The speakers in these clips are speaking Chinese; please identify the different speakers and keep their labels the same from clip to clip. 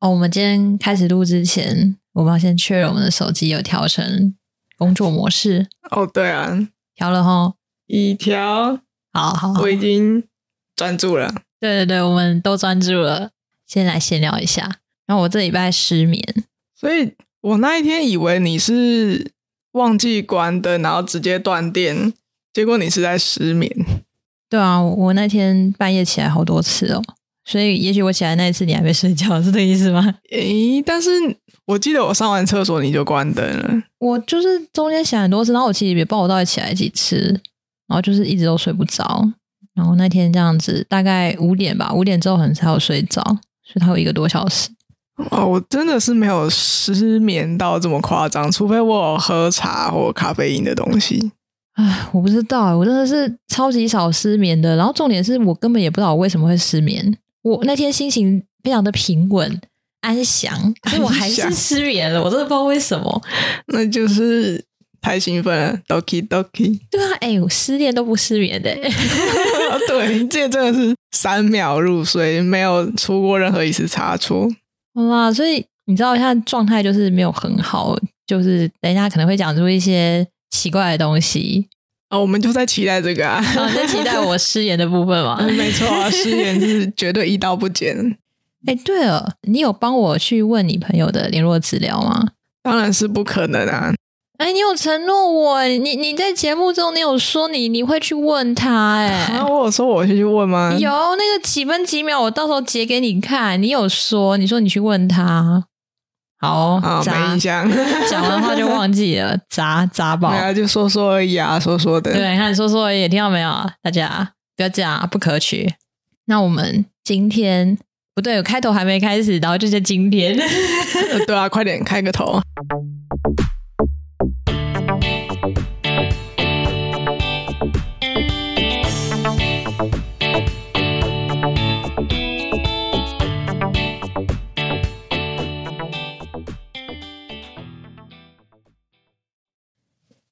Speaker 1: 哦，我们今天开始录之前，我们要先确认我们的手机有调成工作模式，
Speaker 2: 哦，对啊，
Speaker 1: 调了吼。
Speaker 2: 已调，
Speaker 1: 好好好
Speaker 2: 我，已经专注了。
Speaker 1: 对对对，我们都专注了。先来闲聊一下。然后我这礼拜失眠，
Speaker 2: 所以我那一天以为你是忘记关灯，然后直接断电，结果你是在失眠。
Speaker 1: 对啊，我我那天半夜起来好多次哦，所以也许我起来那一次你还没睡觉，是这个意思吗？
Speaker 2: 诶，但是我记得我上完厕所你就关灯了。
Speaker 1: 我就是中间想很多次，然后我其实也不知道我到底起来几次，然后就是一直都睡不着。然后那天这样子，大概五点吧，五点之后很才有睡着，所以它有一个多小时。
Speaker 2: 哦，我真的是没有失眠到这么夸张，除非我有喝茶或咖啡因的东西。
Speaker 1: 唉，我不知道欸，我真的是超级少失眠的。然后重点是我根本也不知道我为什么会失眠。我那天心情非常的平稳安详，可是我还是
Speaker 2: 安详
Speaker 1: 失眠了，我真的不知道为什么。
Speaker 2: 那就是太兴奋了，doki doki。
Speaker 1: 对啊，哎、我失恋都不失眠的、欸
Speaker 2: 对，这真的是三秒入睡，没有出过任何一次差错。
Speaker 1: 好啦，所以你知道现在状态就是没有很好，就是等一下可能会讲出一些奇怪的东西。
Speaker 2: 哦，我们就在期待这个啊，
Speaker 1: 然后你在期待我失言的部分吗？
Speaker 2: 嗯没错 啊，失言是绝对一刀不剪，
Speaker 1: 哎、对了，你有帮我去问你朋友的联络资料吗？
Speaker 2: 当然是不可能 啊。
Speaker 1: 哎、你有承诺我、哎你你在节目中你有说你你会去问他、哎、
Speaker 2: 然啊后我有说我去去问吗？
Speaker 1: 有那个几分几秒，我到时候截给你看。你有说，你说你去问他，好哦、
Speaker 2: 啊，没
Speaker 1: 渣
Speaker 2: 印，象。
Speaker 1: 讲完话就忘记了，渣渣宝
Speaker 2: 没。啊，就说说而已啊，说说的。
Speaker 1: 对，你看说说而已，听到没有？啊大家不要这样啊，不可取。那我们今天不对，开头还没开始，然后就是今天。
Speaker 2: 呃对啊，快点开个头。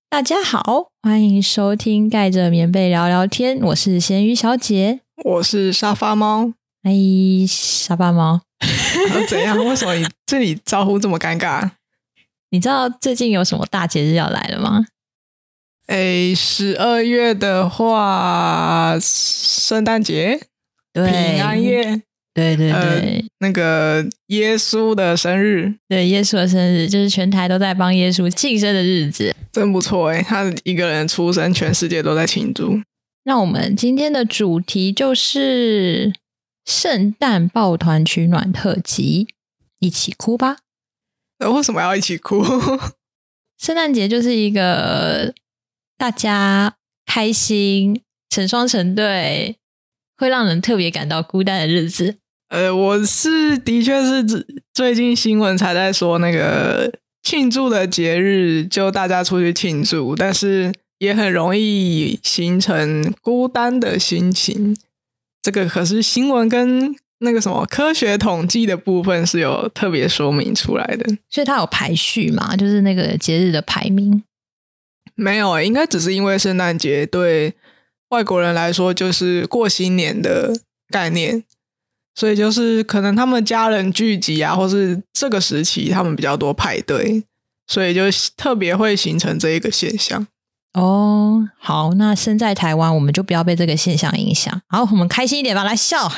Speaker 1: 大家好，欢迎收听盖着棉被聊聊天，我是咸鱼小姐。
Speaker 2: 我是沙发猫，
Speaker 1: 哎，沙发猫，
Speaker 2: 啊怎样？为什么你这里招呼这么尴尬？
Speaker 1: 你知道最近有什么大节日要来了吗？
Speaker 2: 诶，十二月的话，圣诞节、
Speaker 1: 对，
Speaker 2: 平安，夜，
Speaker 1: 对对对、
Speaker 2: 呃那个耶稣的生日，
Speaker 1: 对，耶稣的生日就是全台都在帮耶稣庆生的日子。
Speaker 2: 真不错诶，他一个人出生，全世界都在庆祝。
Speaker 1: 那我们今天的主题就是圣诞抱团取暖特辑，一起哭吧！
Speaker 2: 呃为什么要一起哭？
Speaker 1: 圣诞节就是一个大家开心、成双成对，会让人特别感到孤单的日子。
Speaker 2: 呃，我是的确是最最近新闻才在说那个庆祝的节日，就大家出去庆祝，但是也很容易形成孤单的心情。这个可是新闻跟那个什么科学统计的部分是有特别说明出来的。
Speaker 1: 所以它有排序嘛，就是那个节日的排名。
Speaker 2: 没有、欸，应该只是因为圣诞节对外国人来说就是过新年的概念，所以就是可能他们家人聚集啊，或是这个时期他们比较多派对，所以就特别会形成这一个现象。
Speaker 1: 哦，好，那身在台湾，我们就不要被这个现象影响。好，我们开心一点吧，来笑，
Speaker 2: 哈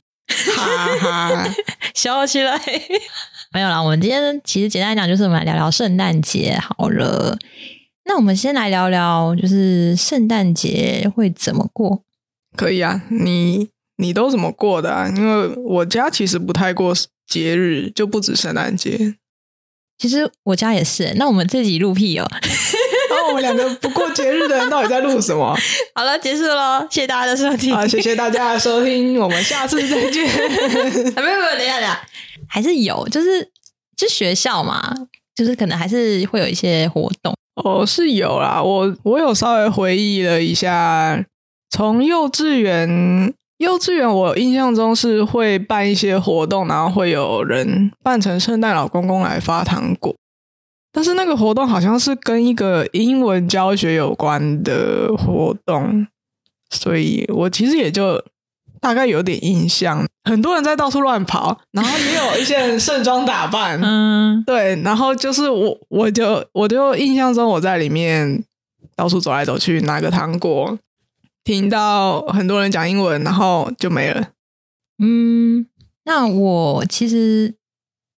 Speaker 2: 哈，
Speaker 1: 笑起来。 没有啦，我们今天其实简单来讲，就是我们来聊聊圣诞节好了。那我们先来聊聊，就是圣诞节会怎么过？
Speaker 2: 可以啊，你你都怎么过的、啊？因为我家其实不太过节日，就不止圣诞节。
Speaker 1: 其实我家也是，欸那我们自己录屁哦。
Speaker 2: 然后我们两个不过节日的人到底在录什么？
Speaker 1: 好了，结束喽，谢谢大家的收听。
Speaker 2: 好，谢谢大家的收听，我们下次再见。
Speaker 1: 啊，没有没有，等一下等一下，还是有，就是就学校嘛，就是可能还是会有一些活动。
Speaker 2: 哦，是有啦，我我有稍微回忆了一下，从幼稚园，幼稚园我印象中是会办一些活动，然后会有人扮成圣诞老公公来发糖果，但是那个活动好像是跟一个英文教学有关的活动，所以我其实也就大概有点印象，很多人在到处乱跑，然后也有一些人盛装打扮，
Speaker 1: 嗯，
Speaker 2: 对，然后就是我，我就我就印象中我在里面到处走来走去，拿个糖果，听到很多人讲英文，然后就没了。
Speaker 1: 嗯，那我其实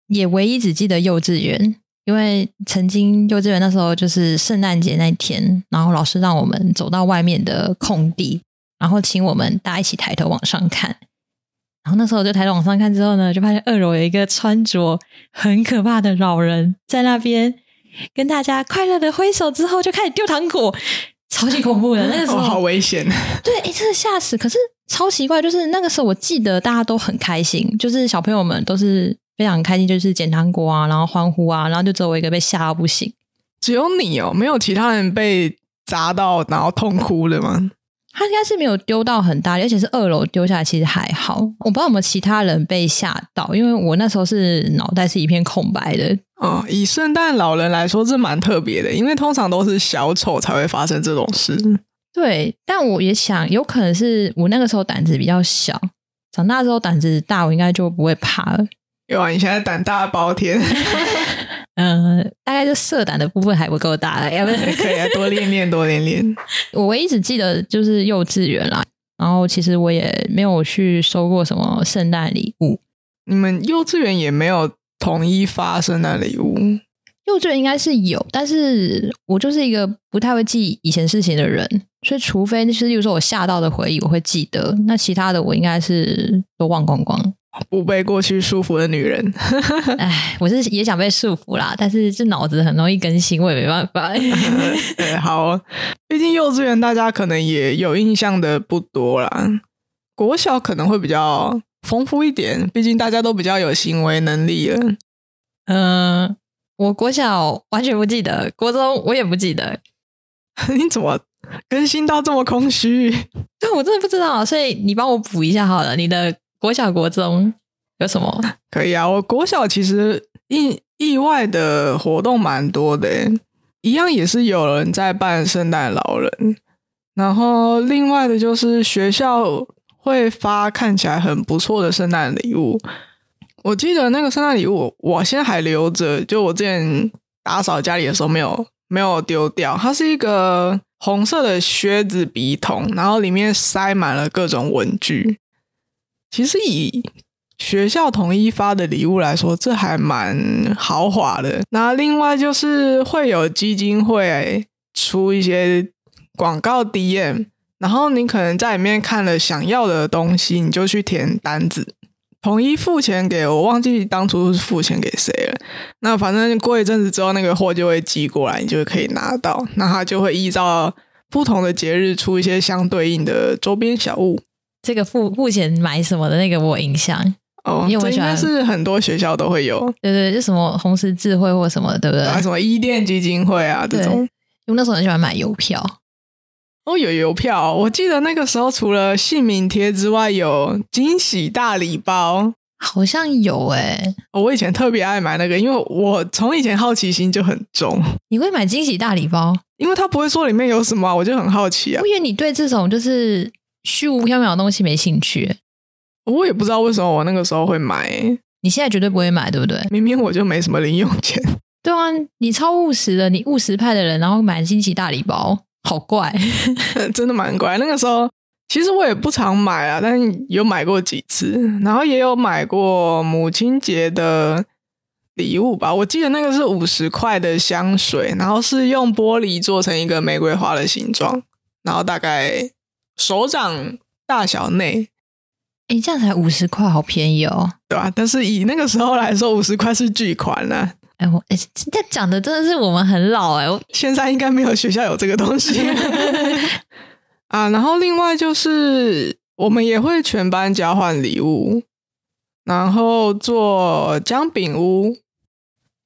Speaker 1: 也唯一只记得幼稚园，因为曾经幼稚园那时候就是圣诞节那天，然后老师让我们走到外面的空地，然后请我们大家一起抬头往上看。然后那时候我就抬头往上看之后呢，就发现二楼有一个穿着很可怕的老人在那边跟大家快乐的挥手，之后就开始丢糖果，超级恐怖的。那个时
Speaker 2: 哦
Speaker 1: 候
Speaker 2: 好危险！
Speaker 1: 对，哎、真的吓死！可是超奇怪，就是那个时候我记得大家都很开心，就是小朋友们都是非常开心，就是捡糖果啊，然后欢呼啊，然后就只有我一个被吓到不行。
Speaker 2: 只有你哦，没有其他人被砸到然后痛哭了吗？
Speaker 1: 他应该是没有丢到很大力，而且是二楼丢下来，其实还好。我不知道有没有其他人被吓到，因为我那时候是脑袋是一片空白的。
Speaker 2: 哦，以圣诞老人来说，这蛮特别的，因为通常都是小丑才会发生这种事。
Speaker 1: 对，但我也想，有可能是我那个时候胆子比较小，长大之后胆子大，我应该就不会怕了。
Speaker 2: 有啊，你现在胆大包天，
Speaker 1: 嗯、大概就色胆的部分还不够大了，要不然
Speaker 2: 可以啊，多练练，多练练。
Speaker 1: 我唯一只记得就是幼稚园啦，然后其实我也没有去收过什么圣诞礼物。
Speaker 2: 你们幼稚园也没有统一发圣诞礼物，
Speaker 1: 幼稚园应该是有，但是我就是一个不太会记以前事情的人，所以除非就是，例如说我吓到的回忆我会记得，那其他的我应该是都忘光 光。
Speaker 2: 不被过去束缚的女人。
Speaker 1: 唉，我是也想被束缚啦，但是这脑子很容易更新，我也没办 法。
Speaker 2: 对，好哦，毕竟幼稚园大家可能也有印象的不多啦，国小可能会比较丰富一点，毕竟大家都比较有行为能力了。
Speaker 1: 嗯、我国小完全不记得，国中我也不记得，
Speaker 2: 你怎么更新到这么空虚？
Speaker 1: 对，我真的不知道，所以你帮我补一下好了。你的国小、国中有什 么？
Speaker 2: 可以啊，我国小其实意意外的活动蛮多的耶，一样也是有人在扮圣诞老人，然后另外的就是学校会发看起来很不错的圣诞礼物。我记得那个圣诞礼物，我现在还留着，就我之前打扫家里的时候没有没有丢掉，它是一个红色的靴子笔筒，然后里面塞满了各种文具。其实以学校统一发的礼物来说，这还蛮豪华的。那另外就是会有基金会出一些广告 DM，然后你可能在里面看了想要的东西，你就去填单子。统一付钱给我，忘记当初是付钱给谁了。那反正过一阵子之后，那个货就会寄过来，你就可以拿到。那它就会依照不同的节日出一些相对应的周边小物。
Speaker 1: 这个付付钱买什么的那个我有印象，
Speaker 2: 哦，
Speaker 1: 因为我
Speaker 2: 这应
Speaker 1: 喜欢
Speaker 2: 该是很多学校都会有。
Speaker 1: 对对，就什么红十字会或什么的，对不对？
Speaker 2: 啊，什么伊甸基金会啊这
Speaker 1: 对，
Speaker 2: 种。
Speaker 1: 因为那时候很喜欢买邮票，
Speaker 2: 哦，有邮票，我记得那个时候除了姓名贴之外，有惊喜大礼包。
Speaker 1: 好像有哎、
Speaker 2: 哦我以前特别爱买那个，因为我从以前好奇心就很重，
Speaker 1: 你会买惊喜大礼包？
Speaker 2: 因为他不会说里面有什么啊、我就很好奇啊
Speaker 1: 我。以为你对这种就是虚无缥缈的东西没兴趣欸、
Speaker 2: 我也不知道为什么我那个时候会买、
Speaker 1: 你现在绝对不会买，对不对？
Speaker 2: 明明我就没什么零用钱。
Speaker 1: 对啊，你超务实的，你务实派的人，然后买惊喜大礼包，好怪。
Speaker 2: 真的蛮乖。那个时候其实我也不常买啊，但是有买过几次，然后也有买过母亲节的礼物吧。我记得那个是五十块的香水，然后是用玻璃做成一个玫瑰花的形状，然后大概手掌大小内，
Speaker 1: 哎、这样才五十块，好便宜哦。
Speaker 2: 对吧、但是以那个时候来说，五十块是巨款啊啦、
Speaker 1: 哎、我哎，这讲的真的是我们很老哎、我
Speaker 2: 现在应该没有学校有这个东西啊。然后另外就是我们也会全班交换礼物，然后做姜饼屋。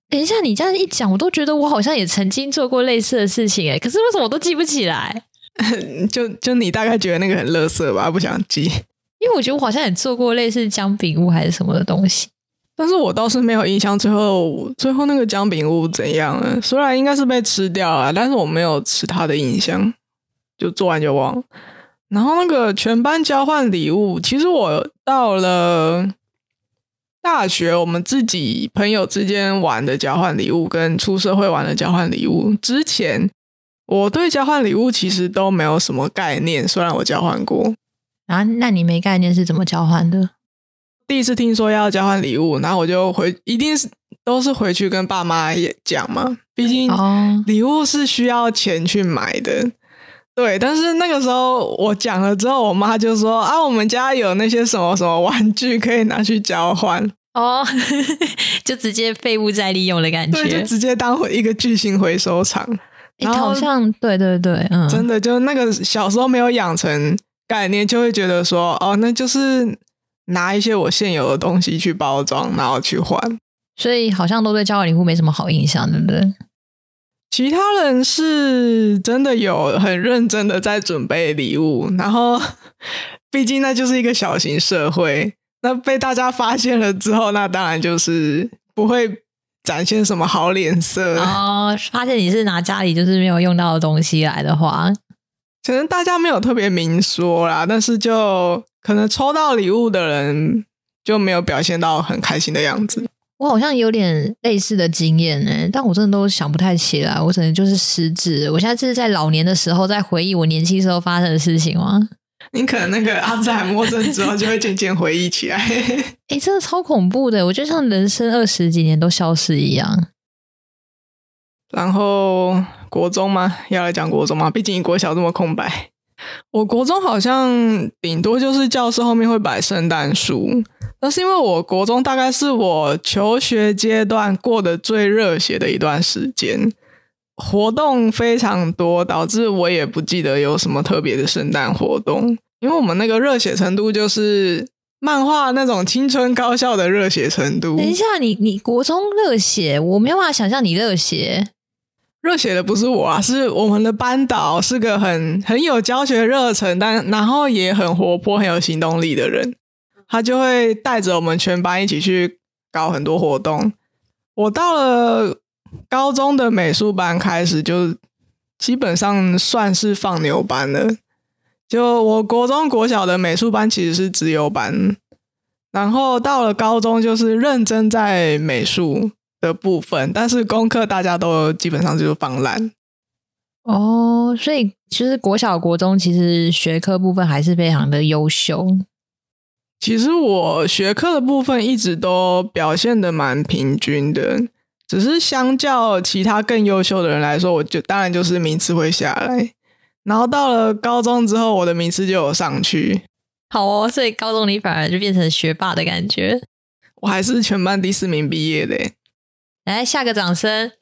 Speaker 1: 等一下你这样一讲，我都觉得我好像也曾经做过类似的事情哎、可是为什么我都记不起来？
Speaker 2: 就就你大概觉得那个很垃圾吧，不想记。
Speaker 1: 因为我觉得我好像也做过类似姜饼屋还是什么的东西。
Speaker 2: 但是我倒是没有印象最后最后那个姜饼屋怎样了，虽然应该是被吃掉了，但是我没有吃它的印象，就做完就忘了。然后那个全班交换礼物，其实我到了大学，我们自己朋友之间玩的交换礼物，跟出社会玩的交换礼物之前，我对交换礼物其实都没有什么概念。虽然我交换过，
Speaker 1: 啊，那你没概念是怎么交换的？
Speaker 2: 第一次听说要交换礼物，然后我就回，一定是都是回去跟爸妈也讲嘛，毕竟
Speaker 1: 哦，
Speaker 2: 礼物是需要钱去买的。对，但是那个时候我讲了之后，我妈就说啊，我们家有那些什么什么玩具可以拿去交换，
Speaker 1: 哦， 就直接废物再利用的感
Speaker 2: 对，就
Speaker 1: 觉。
Speaker 2: 直接当回一个巨型回收厂。
Speaker 1: 诶
Speaker 2: 然后
Speaker 1: 好像对对对，嗯，
Speaker 2: 真的，就那个小时候没有养成概念，就会觉得说哦，那就是拿一些我现有的东西去包装，然后去换。
Speaker 1: 所以好像都对交换礼物没什么好印象，对不对？
Speaker 2: 其他人是真的有很认真的在准备礼物，然后毕竟那就是一个小型社会，那被大家发现了之后，那当然就是不会展现什么好脸色。
Speaker 1: 哦，发现你是拿家里就是没有用到的东西来的话，
Speaker 2: 可能大家没有特别明说啦，但是就可能抽到礼物的人就没有表现到很开心的样子。
Speaker 1: 我好像有点类似的经验呢、但我真的都想不太起来，我可能就是失智。我现在是在老年的时候在回忆我年轻时候发生的事情吗？
Speaker 2: 你可能那个阿兹海默症之后就会渐渐回忆起来。
Speaker 1: 诶，真的超恐怖的，我就像人生二十几年都消失一样。
Speaker 2: 然后国中吗？要来讲国中吗？毕竟国小这么空白。我国中好像顶多就是教室后面会摆圣诞树，那是因为我国中大概是我求学阶段过得最热血的一段时间，活动非常多，导致我也不记得有什么特别的圣诞活动，因为我们那个热血程度就是漫画那种青春高校的热血程度。
Speaker 1: 等一下，你你国中热血，我没有办法想象你热血。
Speaker 2: 热血的不是我啊，是我们的班导是个很很有教学热忱，但然后也很活泼、很有行动力的人，他就会带着我们全班一起去搞很多活动。我到了高中的美术班开始，就基本上算是放牛班了。就我国中、国小的美术班其实是自由班，然后到了高中就是认真在美术的部分，但是功课大家都基本上就是放烂。
Speaker 1: 哦，所以其实国小、国中其实学科部分还是非常的优秀。
Speaker 2: 其实我学科的部分一直都表现的蛮平均的，只是相较其他更优秀的人来说，我就当然就是名次会下来。然后到了高中之后，我的名次就有上去，
Speaker 1: 好哦，所以高中你反而就变成学霸的感觉。
Speaker 2: 我还是全班第四名毕业的耶。欸
Speaker 1: 来，下个掌声。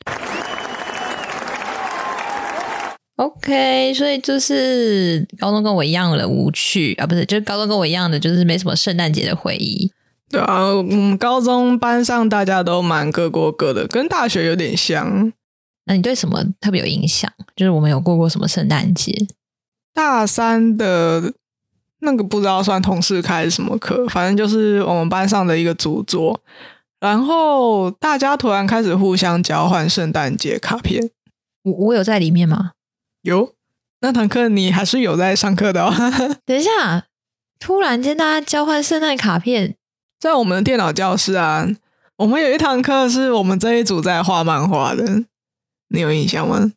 Speaker 1: OK，所以就是高中跟我一样的无趣啊，不是，就是高中跟我一样的，就是没什么圣诞节的回忆。
Speaker 2: 对啊，我们高中班上大家都蛮各过各的，跟大学有点像。
Speaker 1: 那你对什么特别有印象？就是我们有过过什么圣诞节？
Speaker 2: 大三的那个不知道算同事开什么课，反正就是我们班上的一个主桌，然后大家突然开始互相交换圣诞节卡片。
Speaker 1: 我我有在里面吗？
Speaker 2: 有那堂课你还是有在上课的哦，
Speaker 1: 等一下，突然间大家交换圣诞卡片，
Speaker 2: 在我们的电脑教室啊，我们有一堂课是我们这一组在画漫画的，你有印象吗？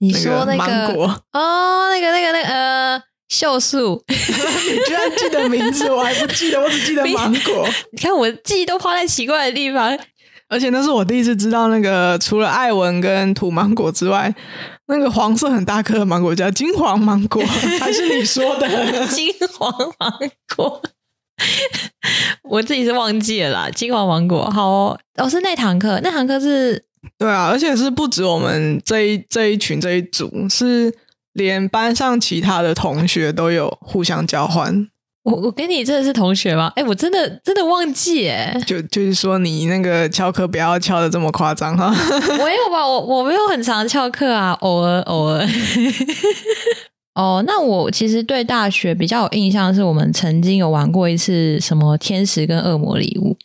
Speaker 1: 你说那个
Speaker 2: 芒果，
Speaker 1: 哦，那个那个那个呃，秀树，
Speaker 2: 你居然记得名字，我还不记得，我只记 得芒果。
Speaker 1: 你看我记忆都花在奇怪的地方。
Speaker 2: 而且那是我第一次知道，那个除了艾文跟土芒果之外，那个黄色很大颗的芒果叫金黄芒果，还是你说的？
Speaker 1: 金黄芒果， 我自己是忘记了啦。金黄芒果，好哦，哦是那堂课，那堂课是
Speaker 2: 对啊，而且是不止我们这一这一群这一组，是连班上其他的同学都有互相交换。，
Speaker 1: 我我跟你真的是同学吗？哎，我真的真的忘记哎
Speaker 2: 就就是说，你那个翘课不要翘的这么夸张 哈。
Speaker 1: 我有吧，我我没有很常翘课啊，偶尔偶尔。 哦，那我其实对大学比较有印象，是我们曾经有玩过一次什么天使跟恶魔礼物，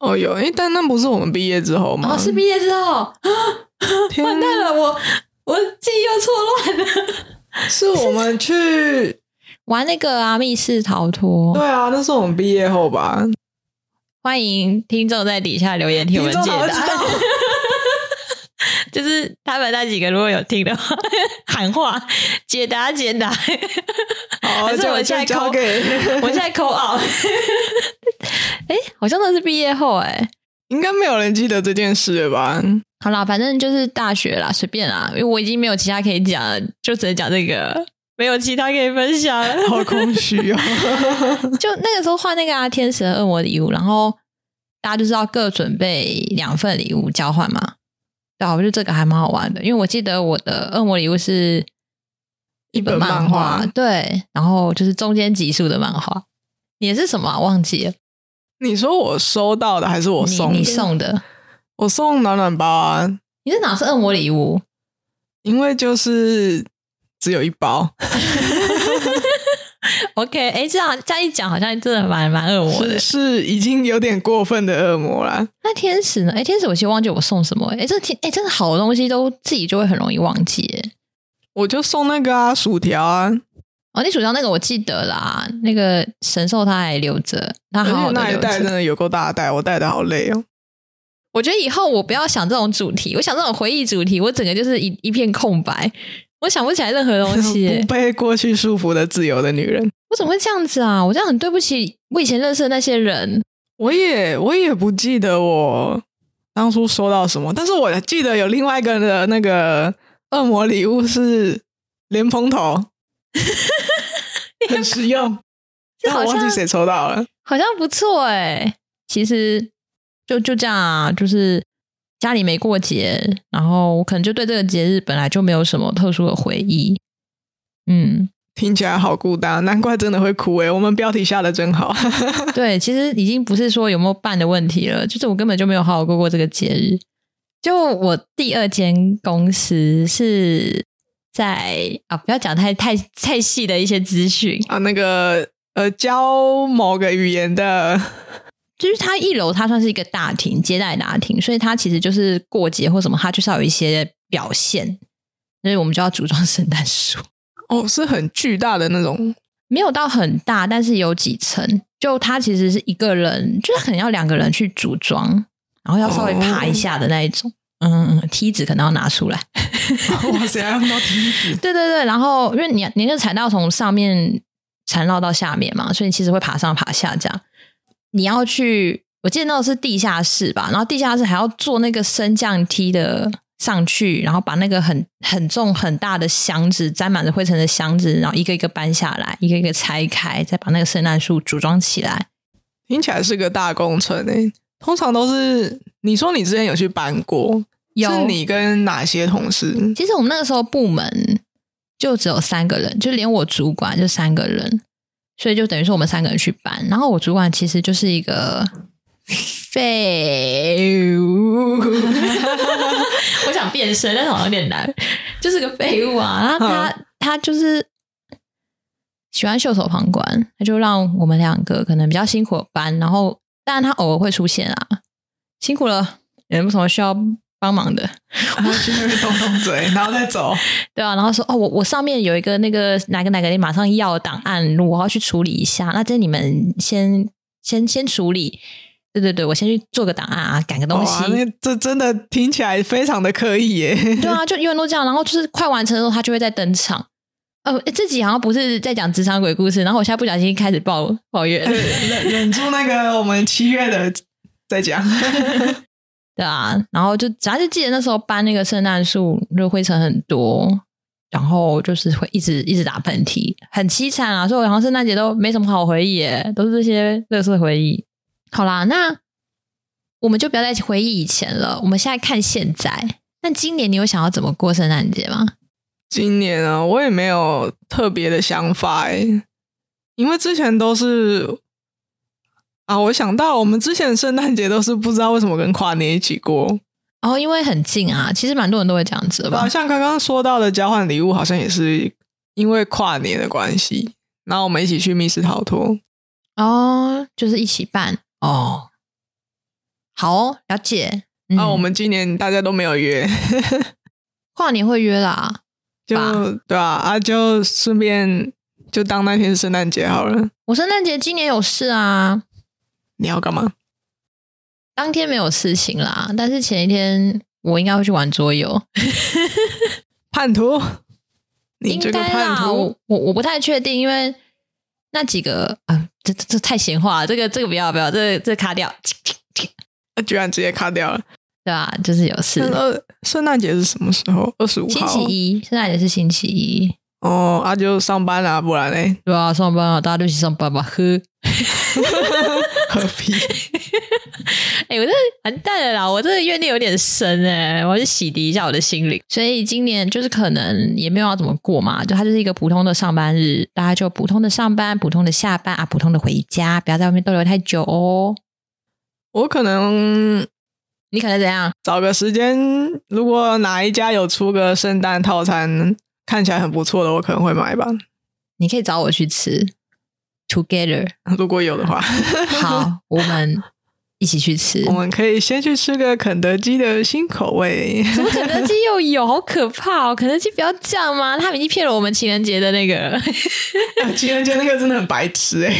Speaker 2: 哦有，诶，但那不是我们毕业之后吗？
Speaker 1: 哦，是毕业之后，
Speaker 2: 天
Speaker 1: 完蛋了，我我记忆又错乱了。
Speaker 2: 是我们去
Speaker 1: 玩那个啊，密室逃脱
Speaker 2: 对。啊，那是我们毕业后吧？
Speaker 1: 欢迎听众在底下留言替我们
Speaker 2: 听众
Speaker 1: 解
Speaker 2: 哪会知
Speaker 1: 答。
Speaker 2: 道？
Speaker 1: 就是他们那几个如果有听的话， 喊话解答解答。
Speaker 2: 好，
Speaker 1: 还是
Speaker 2: 就
Speaker 1: 我
Speaker 2: 就
Speaker 1: 现在
Speaker 2: 交
Speaker 1: 抠
Speaker 2: 给，
Speaker 1: 我现在扣 out。哎，好像那是毕业后哎、
Speaker 2: 应该没有人记得这件事了吧？
Speaker 1: 好啦，反正就是大学啦，随便啦，因为我已经没有其他可以讲了，就只能讲这个，没有其他可以分享了。
Speaker 2: 好空虚哦。
Speaker 1: 就那个时候换那个啊，天使和恶魔礼物，然后大家就知道各准备两份礼物交换嘛。对啊，我觉得这个还蛮好玩的，因为我记得我的恶魔礼物是
Speaker 2: 一本
Speaker 1: 漫
Speaker 2: 漫画
Speaker 1: 对，然后就是中间集数的漫画，也是什么、啊、忘记了？
Speaker 2: 你说我收到的还是我
Speaker 1: 你
Speaker 2: 送的？
Speaker 1: 你送的，
Speaker 2: 我送暖暖包啊，
Speaker 1: 你是哪是恶魔礼物？
Speaker 2: 因为就是只有一包，
Speaker 1: OK，哎、这样这样一讲，好像真的蛮蛮恶魔的
Speaker 2: 是。是已经有点过分的恶魔啦。
Speaker 1: 那天使呢？哎、天使，我其实忘记我送什么、诶哎、这天哎、真的好东西都自己就会很容易忘记、诶
Speaker 2: 我就送那个啊，薯条啊，
Speaker 1: 哦，你薯条那个我记得啦，那个神兽他还留着，他好好
Speaker 2: 而且
Speaker 1: 的
Speaker 2: 那一
Speaker 1: 留
Speaker 2: 袋真
Speaker 1: 着。
Speaker 2: 的有够大袋，我带的好累哦。
Speaker 1: 我觉得以后我不要想这种主题，我想这种回忆主题，我整个就是一一片空白，我想不起来任何东西、 诶
Speaker 2: 不被过去束缚的自由的女人，
Speaker 1: 我怎么会这样子啊？我这样很对不起我以前认识的那些人。
Speaker 2: 我也我也不记得我当初收到什么，但是我记得有另外一个的那个恶魔礼物是莲蓬头， 很实用。
Speaker 1: 这
Speaker 2: 但
Speaker 1: 好
Speaker 2: 我忘
Speaker 1: 像
Speaker 2: 记谁抽到了。
Speaker 1: 好像不错哎、其实就就这样啊，就是家里没过节，然后我可能就对这个节日本来就没有什么特殊的回忆。嗯，
Speaker 2: 听起来好孤单，难怪真的会哭诶、我们标题下的真好，
Speaker 1: 对，其实已经不是说有没有办的问题了，就是我根本就没有好好过过这个节日。就我第二间公司是在啊，不要讲太太太细的一些资讯，
Speaker 2: 啊，那个呃，教某个语言的，
Speaker 1: 就是它一楼它算是一个大厅，接待大厅，所以它其实就是过节或什么，它就是要有一些表现，所以我们就要组装圣诞树，
Speaker 2: 哦，是很巨大的那种，
Speaker 1: 没有到很大，但是有几层。就它其实是一个人，就是可能要两个人去组装，然后要稍微爬一下的那一种。嗯，梯子可能要拿出来。
Speaker 2: 哇塞，还用到梯子，
Speaker 1: 对对对，然后因为你你那个材料从上面缠绕到下面嘛，所以你其实会爬上爬下这样。你要去，我记得那个是地下室吧，然后地下室还要做那个升降梯的上去，然后把那个很很重很大的箱子沾满着灰尘的箱子，然后一个一个搬下来，一个一个拆开，再把那个圣诞树组装起来。
Speaker 2: 听起来是个大工程诶、通常都是你说你之前有去搬过，
Speaker 1: 有
Speaker 2: 是你跟哪些同 事？
Speaker 1: 其实我们那个时候部门就只有三个人，就连我主管就三个人，所以就等于说我们三个人去搬。然后我主管其实就是一个废物，我想变身，但是好像有点难，就是个废物啊。然后他他就是喜欢袖手旁观，他就让我们两个可能比较辛苦的搬，然后当然他偶尔会出现啊，辛苦了，有什么需要帮忙的？
Speaker 2: 然后去那边动动嘴， 然后再走。
Speaker 1: 对啊，然后说哦，我我上面有一个那个哪个哪个你马上要的档案，我要去处理一下。那这你们先先先处理，对对对，我先去做个档案啊，赶个东西。
Speaker 2: 哇，那这真的听起来非常的刻意耶、
Speaker 1: 对啊，就永远都这样。然后就是快完成的时候，他就会再登场。呃，诶这集好像不是在讲职场鬼故事，然后我现在不小心开始抱抱怨了，
Speaker 2: 忍忍住那个我们七月的再讲。
Speaker 1: 对啊。然后就只要就记得那时候搬那个圣诞树，就灰尘很多，然后就是会一直一直打喷嚏，很凄惨啊！所以我好像圣诞节都没什么好回忆耶，都是这些乐色回忆。好啦，那我们就不要再回忆以前了，我们现在看现在。那今年你有想要怎么过圣诞节吗？
Speaker 2: 今年啊，我也没有特别的想法诶，因为之前都是啊，我想到了我们之前的圣诞节都是不知道为什么跟跨年一起过，
Speaker 1: 哦，因为很近啊，其实蛮多人都会这样子的吧
Speaker 2: 好。像刚刚说到的交换礼物，好像也是因为跨年的关系，然后我们一起去密室逃脱。
Speaker 1: 哦，就是一起办哦。好哦，了解。嗯
Speaker 2: 那、啊我们今年大家都没有约，
Speaker 1: 跨年会约啦。
Speaker 2: 就
Speaker 1: 吧
Speaker 2: 对啊，啊就顺便就当那天是圣诞节好了。
Speaker 1: 我圣诞节今年有事啊，
Speaker 2: 你要干嘛？
Speaker 1: 当天没有事情啦，但是前一天我应该会去玩桌游，
Speaker 2: 叛徒！ 你
Speaker 1: 应
Speaker 2: 这个
Speaker 1: 该
Speaker 2: 叛
Speaker 1: 啦，
Speaker 2: 徒！
Speaker 1: 我我我不太确定，因为那几个啊，这这这太闲话了，这个这个不要不要，这个这个卡掉，
Speaker 2: 啊居然直接卡掉了。
Speaker 1: 对吧、就是有事
Speaker 2: 那，二圣诞节是什么时候？二十五
Speaker 1: 星
Speaker 2: 号。
Speaker 1: 期一，现在也是星期一，
Speaker 2: 哦，啊就上班啦、不然嘞
Speaker 1: 对啊，上班啊，大家都一起上班吧，呵。
Speaker 2: 何必？
Speaker 1: 哎、我这完蛋了啦！我这个怨念有点深哎、我要去洗涤一下我的心灵。所以今年就是可能也没有要怎么过嘛，就它就是一个普通的上班日，大家就普通的上班、普通的下班啊、普通的回家，不要在外面逗留太久哦。
Speaker 2: 我可能
Speaker 1: 你可能怎样？
Speaker 2: 找个时间，如果哪一家有出个圣诞套餐，看起来很不错的，我可能会买吧。
Speaker 1: 你可以找我去吃，together。
Speaker 2: 如果有的话，
Speaker 1: 好，我们一起去吃
Speaker 2: 我。们可以先去吃个肯德基的新口味。
Speaker 1: 怎么肯德基又有？好可怕哦！肯德基不要这样嘛，他们已经骗了我们情人节的那个了。
Speaker 2: 啊情人节那个真的很白痴哎、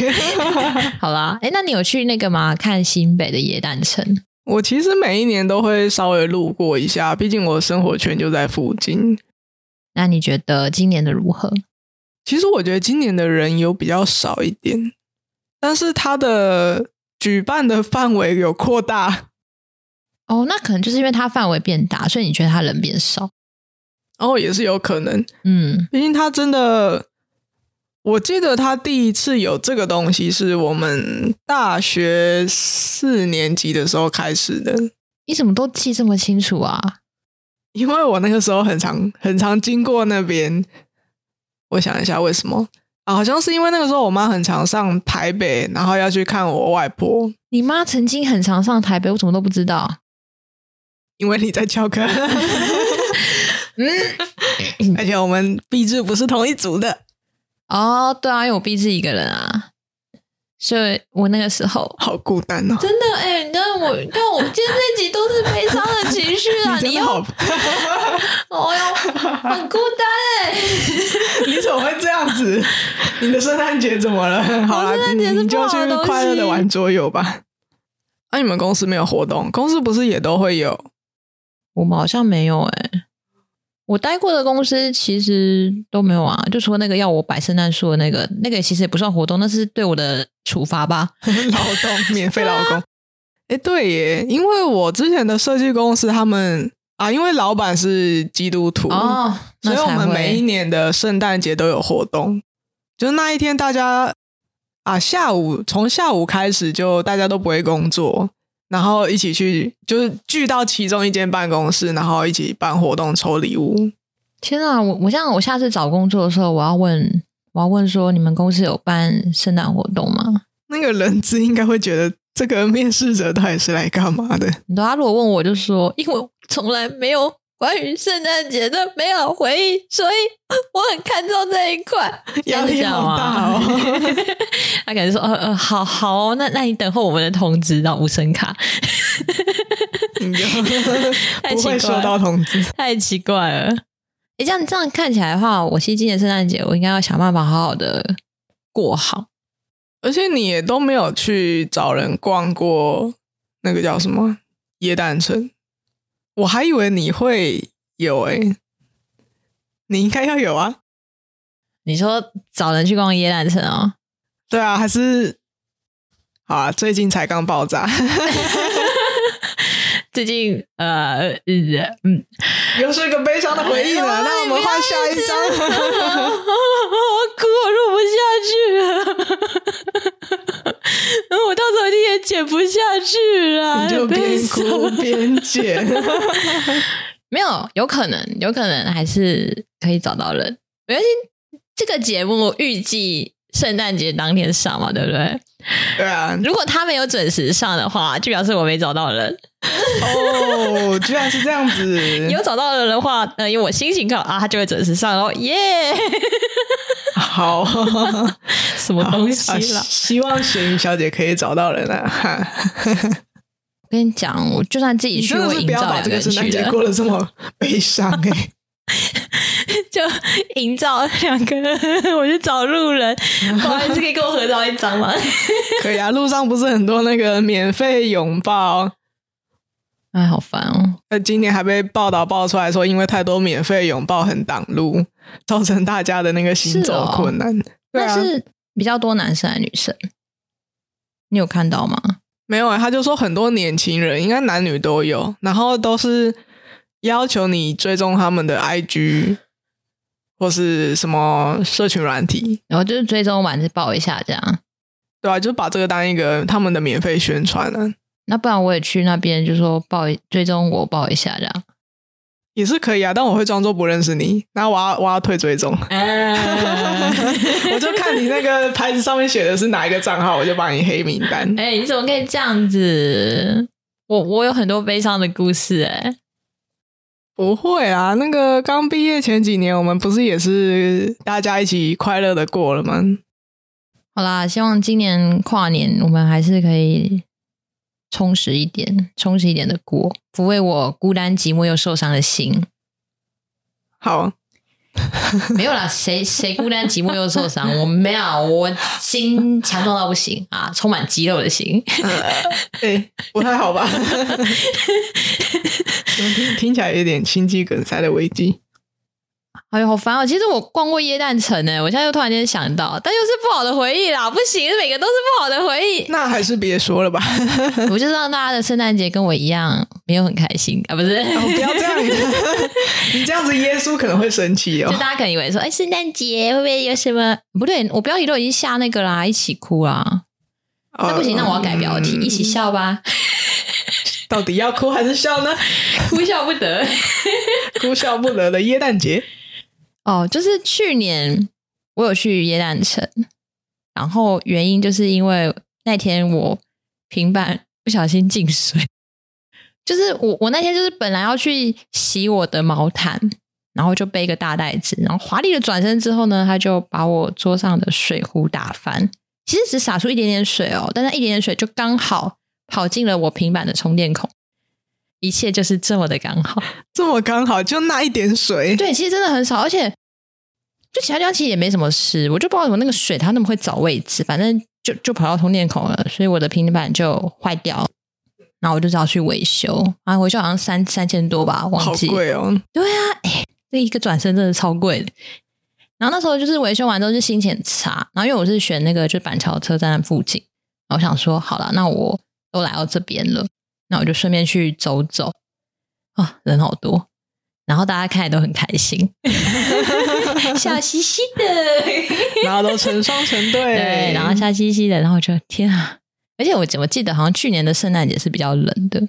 Speaker 1: 好啦，哎、那你有去那个吗？看新北的野诞城？
Speaker 2: 我其实每一年都会稍微路过一下，毕竟我的生活圈就在附近。
Speaker 1: 那你觉得今年的如何？
Speaker 2: 其实我觉得今年的人有比较少一点，但是它的举办的范围有扩大。
Speaker 1: 哦，那可能就是因为它范围变大，所以你觉得它人变少。
Speaker 2: 哦，也是有可能，
Speaker 1: 嗯，
Speaker 2: 毕竟它真的，我记得它第一次有这个东西是我们大学四年级的时候开始的，
Speaker 1: 你怎么都记这么清楚啊？
Speaker 2: 因为我那个时候很常很常经过那边，我想一下为什么啊？好像是因为那个时候我妈很常上台北，然后要去看我外婆，
Speaker 1: 你妈曾经很常上台北，我怎么都不知道。
Speaker 2: 因为你在翘 课，
Speaker 1: 嗯
Speaker 2: 嗯而且我们毕志不是同一组的，
Speaker 1: 哦，对啊，因为我毕竟一个人啊，所以我那个时候
Speaker 2: 好孤单哦。
Speaker 1: 真的哎，你知道我看我今天这集都是悲伤的情绪啊，
Speaker 2: 真
Speaker 1: 你
Speaker 2: 的
Speaker 1: 又
Speaker 2: 好，
Speaker 1: 哦哟，很孤单哎、
Speaker 2: 你怎么会这样子？你的圣诞节怎么了？好啦，
Speaker 1: 我哦圣诞节是
Speaker 2: 你
Speaker 1: 不
Speaker 2: 就
Speaker 1: 好
Speaker 2: 去
Speaker 1: 的东西
Speaker 2: 快乐的玩桌游吧。那、你们公司没有活动？公司不是也都会有？
Speaker 1: 我们好像没有哎、我待过的公司其实都没有啊，就除了那个要我摆圣诞树的那个，那个其实也不算活动，那是对我的处罚吧。
Speaker 2: 劳 动，免费劳
Speaker 1: 啊
Speaker 2: 工。哎、对耶，因为我之前的设计公司，他们啊，因为老板是基督徒，
Speaker 1: 哦，
Speaker 2: 所
Speaker 1: 那
Speaker 2: 以我
Speaker 1: 才
Speaker 2: 们每
Speaker 1: 会。
Speaker 2: 一年的圣诞节都有活动，就是那一天大家啊，下午从下午开始就大家都不会工作，然后一起去，就是聚到其中一间办公室，然后一起办活动抽礼物。
Speaker 1: 天啊，我我像我下次找工作的时候，我要问，我要问说，你们公司有办圣诞活动吗？
Speaker 2: 那个人资应该会觉得这个面试者到底是来干嘛的？
Speaker 1: 你知道他如果问我，我就说，因为我从来没有关于圣诞节的美好回忆，所以我很看重这啊一块。
Speaker 2: 压力好大 哦。
Speaker 1: 他感觉说，呃呃，好好哦、那那你等候我们的通知，到无声卡，
Speaker 2: 你就
Speaker 1: 太
Speaker 2: 不
Speaker 1: 奇怪
Speaker 2: 会收到通知。
Speaker 1: 太奇怪了。诶，这样这样看起来的话，我其实今年圣诞节我应该要想办法好好的过好。
Speaker 2: 而且你也都没有去找人逛过那个叫什么椰蛋城，我还以为你会有诶、你应该要有啊。
Speaker 1: 你说找人去逛耶诞城哦，
Speaker 2: 对啊，还是好啊，最近才刚爆炸，
Speaker 1: 最近呃呃嗯，
Speaker 2: 又是个悲伤的回忆了。那我们换下
Speaker 1: 我
Speaker 2: 一 张。
Speaker 1: 哭，我录不下去了，我到时候一定也剪不下去啊了，
Speaker 2: 你就边
Speaker 1: 哎
Speaker 2: 哭边剪，
Speaker 1: 没有，有可能，有可能还是可以找到人。没关系，这个节目预计圣诞节当天上嘛，对不
Speaker 2: 嗯
Speaker 1: 对？
Speaker 2: 对啊，
Speaker 1: 如果他没有准时上的话，就表示我没找到人。
Speaker 2: 哦，居然是这样子，
Speaker 1: 有找到人的话，呃，因为我心情好啊，他就会准时上然后耶，
Speaker 2: 好，
Speaker 1: 什么东西
Speaker 2: 啊
Speaker 1: 啦？
Speaker 2: 希望咸鱼小姐可以找到人啊！哈
Speaker 1: 我跟你讲，我就算自己
Speaker 2: 你
Speaker 1: 去，
Speaker 2: 真
Speaker 1: 我
Speaker 2: 的
Speaker 1: 也
Speaker 2: 是
Speaker 1: 营
Speaker 2: 不要
Speaker 1: 造
Speaker 2: 把
Speaker 1: 两个
Speaker 2: 这个
Speaker 1: 人
Speaker 2: 圣诞
Speaker 1: 去
Speaker 2: 节
Speaker 1: 的。
Speaker 2: 过得这么悲伤哎、
Speaker 1: 就营造两个人，我去找路 人，不好意思，可以跟我合照一张吗？
Speaker 2: 可以啊，路上不是很多那个免费拥抱，
Speaker 1: 哎，好烦哦！
Speaker 2: 那今年还被报道爆出来说，因为太多免费拥抱很挡路，造成大家的那个行
Speaker 1: 是
Speaker 2: 走
Speaker 1: 哦
Speaker 2: 困难。对
Speaker 1: 但
Speaker 2: 啊，
Speaker 1: 是比较多男生还是女生？你有看到吗？
Speaker 2: 没有、欸，他就说很多年轻人，应该男女都有，然后都是要求你追踪他们的 IG 或是什么社群软体，
Speaker 1: 然后就是追踪完就报一下这样。
Speaker 2: 对啊，就把这个当一个他们的免费宣传啊，
Speaker 1: 那不然我也去那边，就说报一追踪我报一下这样。
Speaker 2: 也是可以啊。但我会装作不认识你，那我要我要退追踪，
Speaker 1: 啊 嗯
Speaker 2: 我就看你那个牌子上面写的是哪一个账号，我就把你黑名单。
Speaker 1: 哎、你怎么可以这样子？我我有很多悲伤的故事哎、
Speaker 2: 不会啊，那个刚毕业前几年，我们不是也是大家一起快乐的过了吗？
Speaker 1: 好啦，希望今年跨年我们还是可以充实一点，充实一点的过，抚慰我孤单寂寞又受伤的心。
Speaker 2: 好，
Speaker 1: 没有啦，谁谁孤单寂寞又受伤？我没有，我心强壮到不行啊，充满肌肉的心。
Speaker 2: 哎、不太好吧？怎么听听起来有点心肌梗塞的危机？
Speaker 1: 哎呦，好烦哦！其实我逛过耶诞城呢，我现在又突然间想到，但又是不好的回忆啦，不行，每个都是不好的回忆。
Speaker 2: 那还是别说了吧，
Speaker 1: 我就让大家的圣诞节跟我一样没有很开心啊，不是？
Speaker 2: 哦不要这 样，你这样子耶稣可能会生气
Speaker 1: 就
Speaker 2: 哦。
Speaker 1: 大家可能以为说，哎，圣诞节会不会有什么？不对，我标题都已经下那个啦，一起哭啦。那不行，那我要改标题，
Speaker 2: 哦嗯
Speaker 1: 一起笑 吧，
Speaker 2: 到底要哭还是笑呢？
Speaker 1: 哭笑不得。
Speaker 2: 哭笑不得的耶诞节，
Speaker 1: 哦，就是去年我有去耶诞城，然后原因就是因为那天我平板不小心进水，就是我我那天就是本来要去洗我的毛毯，然后就背一个大袋子，然后华丽的转身之后呢，他就把我桌上的水壶打翻，其实只洒出一点点水哦，但那一点点水就刚好跑进了我平板的充电孔，一切就是这么的刚好。
Speaker 2: 这么刚好就那一点水，
Speaker 1: 对，其实真的很少，而且就其他地方其实也没什么事，我就不知道为什么那个水它那么会找位置，反正就就跑到充电孔了，所以我的平板就坏掉，然后我就只好去维修，啊，维修好像三三千多吧，
Speaker 2: 好
Speaker 1: 忘记，
Speaker 2: 贵哦。
Speaker 1: 对啊，哎、这一个转身真的超贵的。然后那时候就是维修完之后就心情很差，然后因为我是选那个就板桥车站附近，然后我想说好了，那我都来到这边了，那我就顺便去走走啊，人好多，然后大家看也都很开心，笑嘻嘻的，
Speaker 2: 然后都成双成对，
Speaker 1: 对，然后笑嘻嘻的，然后我就天啊！而且我怎么记得好像去年的圣诞节是比较冷的，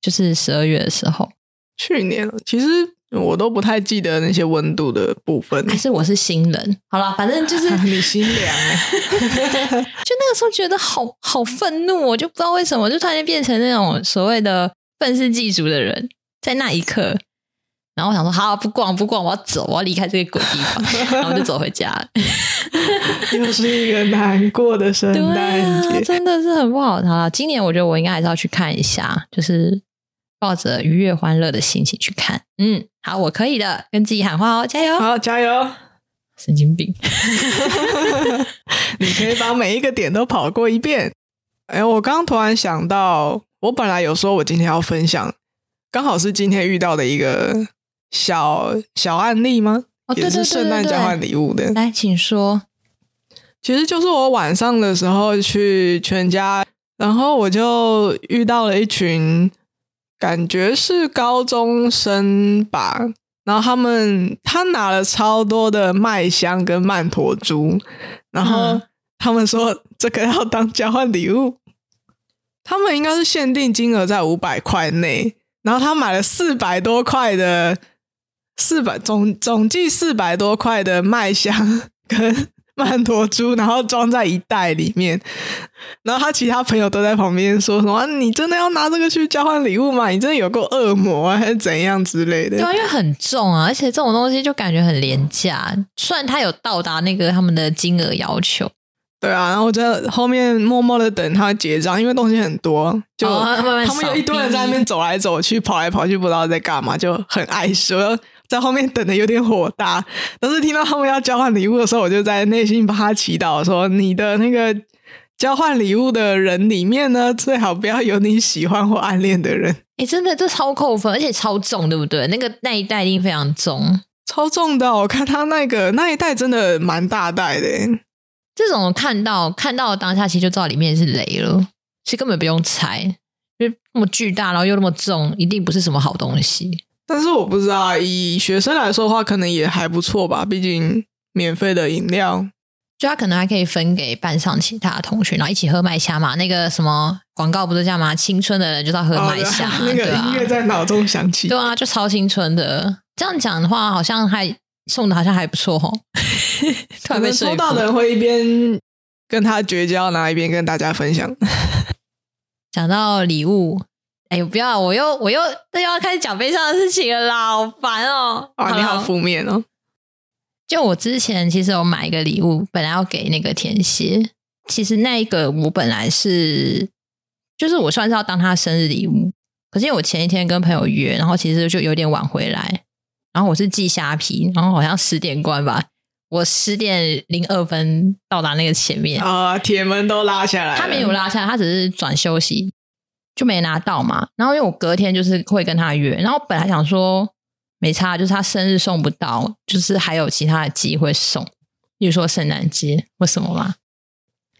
Speaker 1: 就是十二月的时候，
Speaker 2: 去年啊其实我都不太记得那些温度的部分，
Speaker 1: 还是我是新人？好了，反正就是
Speaker 2: 你心凉哎，
Speaker 1: 就那个时候觉得好好愤怒，我就不知道为什么，就突然间变成那种所谓的愤世嫉俗的人，在那一刻，然后我想说，好，不逛不逛，我要走，我要离开这个鬼地 方，然后我就走回家了。
Speaker 2: 又是一个难过的圣
Speaker 1: 对
Speaker 2: 诞
Speaker 1: 啊，
Speaker 2: 节。
Speaker 1: 真的是很不好。好了，今年我觉得我应该还是要去看一下，就是抱着愉悦欢乐的心情去看。嗯，好，我可以的，跟自己喊话哦，加油！
Speaker 2: 好，加油！
Speaker 1: 神经病，
Speaker 2: 你可以把每一个点都跑过一遍。哎，我刚突然想到，我本来有说我今天要分享，刚好是今天遇到的一个小小案例吗？
Speaker 1: 哦，对对
Speaker 2: 也是
Speaker 1: 对
Speaker 2: 圣
Speaker 1: 对
Speaker 2: 诞交换
Speaker 1: 对，
Speaker 2: 礼物的。
Speaker 1: 来，请说。
Speaker 2: 其实就是我晚上的时候去全家，然后我就遇到了一群感觉是高中生吧，然后他们他拿了超多的麦香跟曼陀珠，然后
Speaker 1: 嗯
Speaker 2: 他们说这个要当交换礼物，他们应该是限定金额在五百块内，然后他买了四百多块的，四百总总计四百多块的麦香跟 曼陀珠，然后装在一袋里面。然后他其他朋友都在旁边说什么、啊你真的要拿这个去交换礼物吗？你真的有够恶魔啊，还是怎样之类的
Speaker 1: 对？啊，因为很重啊，而且这种东西就感觉很廉价。虽然它有到达那个他们的金额要求，
Speaker 2: 对啊，然后我在后面默默的等他结账，因为东西很多，就、
Speaker 1: 哦慢慢
Speaker 2: 他们有
Speaker 1: 扫
Speaker 2: 一堆人在那边
Speaker 1: 地
Speaker 2: 走来走去、跑来跑去，不知道在干嘛，就很碍事。我就在后面等的有点火大，但是听到他们要交换礼物的时候，我就在内心帮他祈祷说：“你的那个交换礼物的人里面呢，最好不要有你喜欢或暗恋的人。
Speaker 1: 哎、真的这超扣分，而且超重，对不对？那个那一袋一定非常重。”
Speaker 2: 超重的哦、我看他那个那一袋真的蛮大袋的欸耶，
Speaker 1: 这种看到看到当下，其实就知道里面是雷了，其实根本不用猜，就那么巨大，然后又那么重，一定不是什么好东西。
Speaker 2: 但是我不知道啊，以学生来说的话，可能也还不错吧，毕竟免费的饮料。
Speaker 1: 就他可能还可以分给班上其他的同学，然后一起喝麦香嘛。那个什么广告不是这样吗？青春的人就是要喝
Speaker 2: 哦
Speaker 1: 麦
Speaker 2: 对啊
Speaker 1: 香、啊
Speaker 2: 那
Speaker 1: 对
Speaker 2: 个
Speaker 1: 啊
Speaker 2: 音乐在脑中响起
Speaker 1: 对。啊，就超青春的。这样讲的话，好像还送的好像还不错哦。 突
Speaker 2: 可
Speaker 1: 然被
Speaker 2: 能
Speaker 1: 说
Speaker 2: 抽到
Speaker 1: 服
Speaker 2: 的人会一边跟他绝交，然后一边跟大家分享。啊
Speaker 1: 讲到礼物，哎呦不要，我又我又又要开始讲悲伤的事情了啦，好烦哦！
Speaker 2: 哇，你
Speaker 1: 啦
Speaker 2: 好负面哦！
Speaker 1: 就我之前其实有买一个礼物，本来要给那个天蝎，其实那一个我本来是，就是我算是要当他生日礼物，可是因为我前一天跟朋友约，然后其实就有点晚回来，然后我是寄虾皮，然后好像十点关吧，我十点零二分到达那个前面，
Speaker 2: 啊，铁门都拉下来了，
Speaker 1: 他没有拉下来，他只是转休息，就没拿到嘛。然后因为我隔天就是会跟他约，然后本来想说没差，就是他生日送不到，就是还有其他的机会送，比如说圣诞节或什么嘛。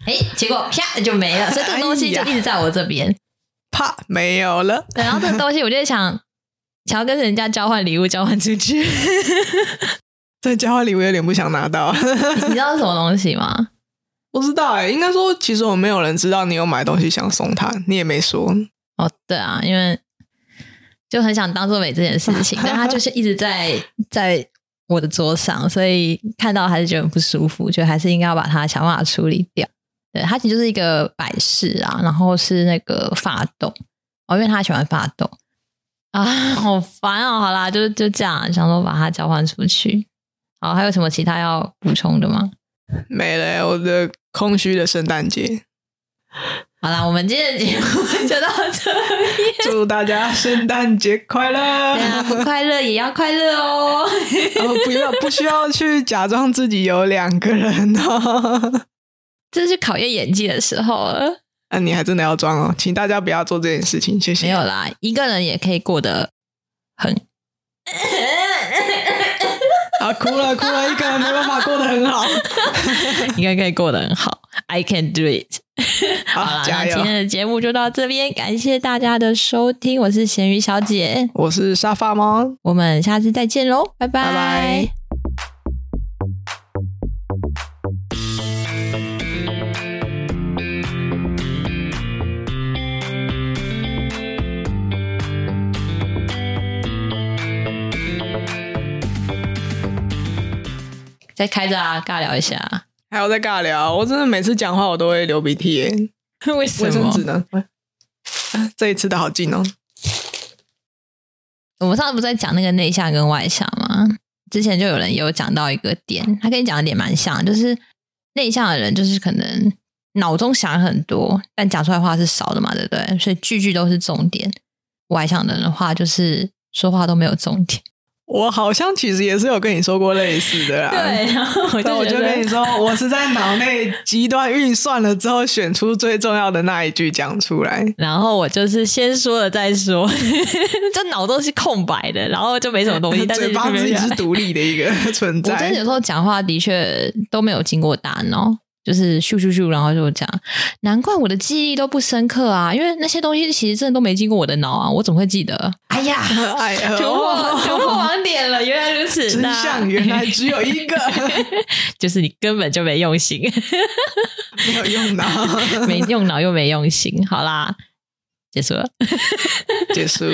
Speaker 1: 哎，结果啪就没了，所以这个东西就一直在我这边。
Speaker 2: 啪没有了。
Speaker 1: 对，然后这个东西我就在想，想要跟人家交换礼物，交换出去，
Speaker 2: 这交换礼物有点不想拿到，
Speaker 1: 你知道是什么东西吗？
Speaker 2: 不知道哎、应该说，其实我们没有人知道你有买东西想送他，你也没说。
Speaker 1: 哦，对啊，因为就很想当做没这件事情，但他就是一直在在我的桌上，所以看到还是觉得很不舒服，觉得还是应该要把它想办法处理掉。对，它其实就是一个摆饰啊，然后是那个发豆哦，因为他喜欢发豆啊，好烦哦。好啦，就就这样，想说把它交换出去。好，还有什么其他要补充的吗？
Speaker 2: 没了欸、我的空虚的圣诞 节，
Speaker 1: 好啦，我们今天的节目 就到这里。
Speaker 2: 祝大家圣诞节快乐！
Speaker 1: 对啊，不快乐也要快乐哦。
Speaker 2: 然后不要不需要去假装自己有两个人哦。
Speaker 1: 这是考验演技的时候啊了。
Speaker 2: 那、你还真的要装哦，请大家不要做这件事情，谢谢。
Speaker 1: 没有啦，一个人也可以过得很。
Speaker 2: 啊，哭了哭了，一个人没办法过得 很好。啊
Speaker 1: 应该可以过得很好，I can do it。好啦，
Speaker 2: 加
Speaker 1: 那
Speaker 2: 油
Speaker 1: 今！天的节目就到这边，感谢大家的收听，我是咸鱼小姐，
Speaker 2: 我是沙发猫，
Speaker 1: 我们下次再见喽，
Speaker 2: 拜拜。
Speaker 1: 再开着啊，尬聊一下，
Speaker 2: 还有在尬聊，我真的每次讲话我都会流鼻涕耶。
Speaker 1: 为
Speaker 2: 卫
Speaker 1: 什
Speaker 2: 生
Speaker 1: 么
Speaker 2: 纸？呢？啊这一次的好近哦。
Speaker 1: 我们上次不是在讲那个内向跟外向吗？之前就有人有讲到一个点，他跟你讲的点蛮像，就是内向的人就是可能脑中想很多，但讲出来话是少的嘛，对不对？所以句句都是重点。外向的人的话，就是说话都没有重 点。
Speaker 2: 我好像其实也是有跟你说过类似的 啦。。
Speaker 1: 然后我
Speaker 2: 但我就跟你说，我是在脑内极端运算了之后，选出最重要的那一句讲出来。
Speaker 1: 然后我就是先说了再 说，这脑都是空白的，然后就没什么东西，但是
Speaker 2: 嘴巴自己是独立的一 个存
Speaker 1: 我真的
Speaker 2: 在
Speaker 1: 有。时候讲话的确都没有经过大脑，就是咻咻咻，然后就讲，难怪我的记忆都不深刻啊，因为那些东西其实真的都没经过我的脑啊，我怎么会记得？哎呀，
Speaker 2: 哎 呀，
Speaker 1: 突破
Speaker 2: 哦
Speaker 1: 突破网点了，原来如此，
Speaker 2: 真
Speaker 1: 那
Speaker 2: 相原来只有一个，
Speaker 1: 就是你根本就没用心，
Speaker 2: 没有用 脑。
Speaker 1: 没用脑又没用心，好啦，结束了。
Speaker 2: 结束。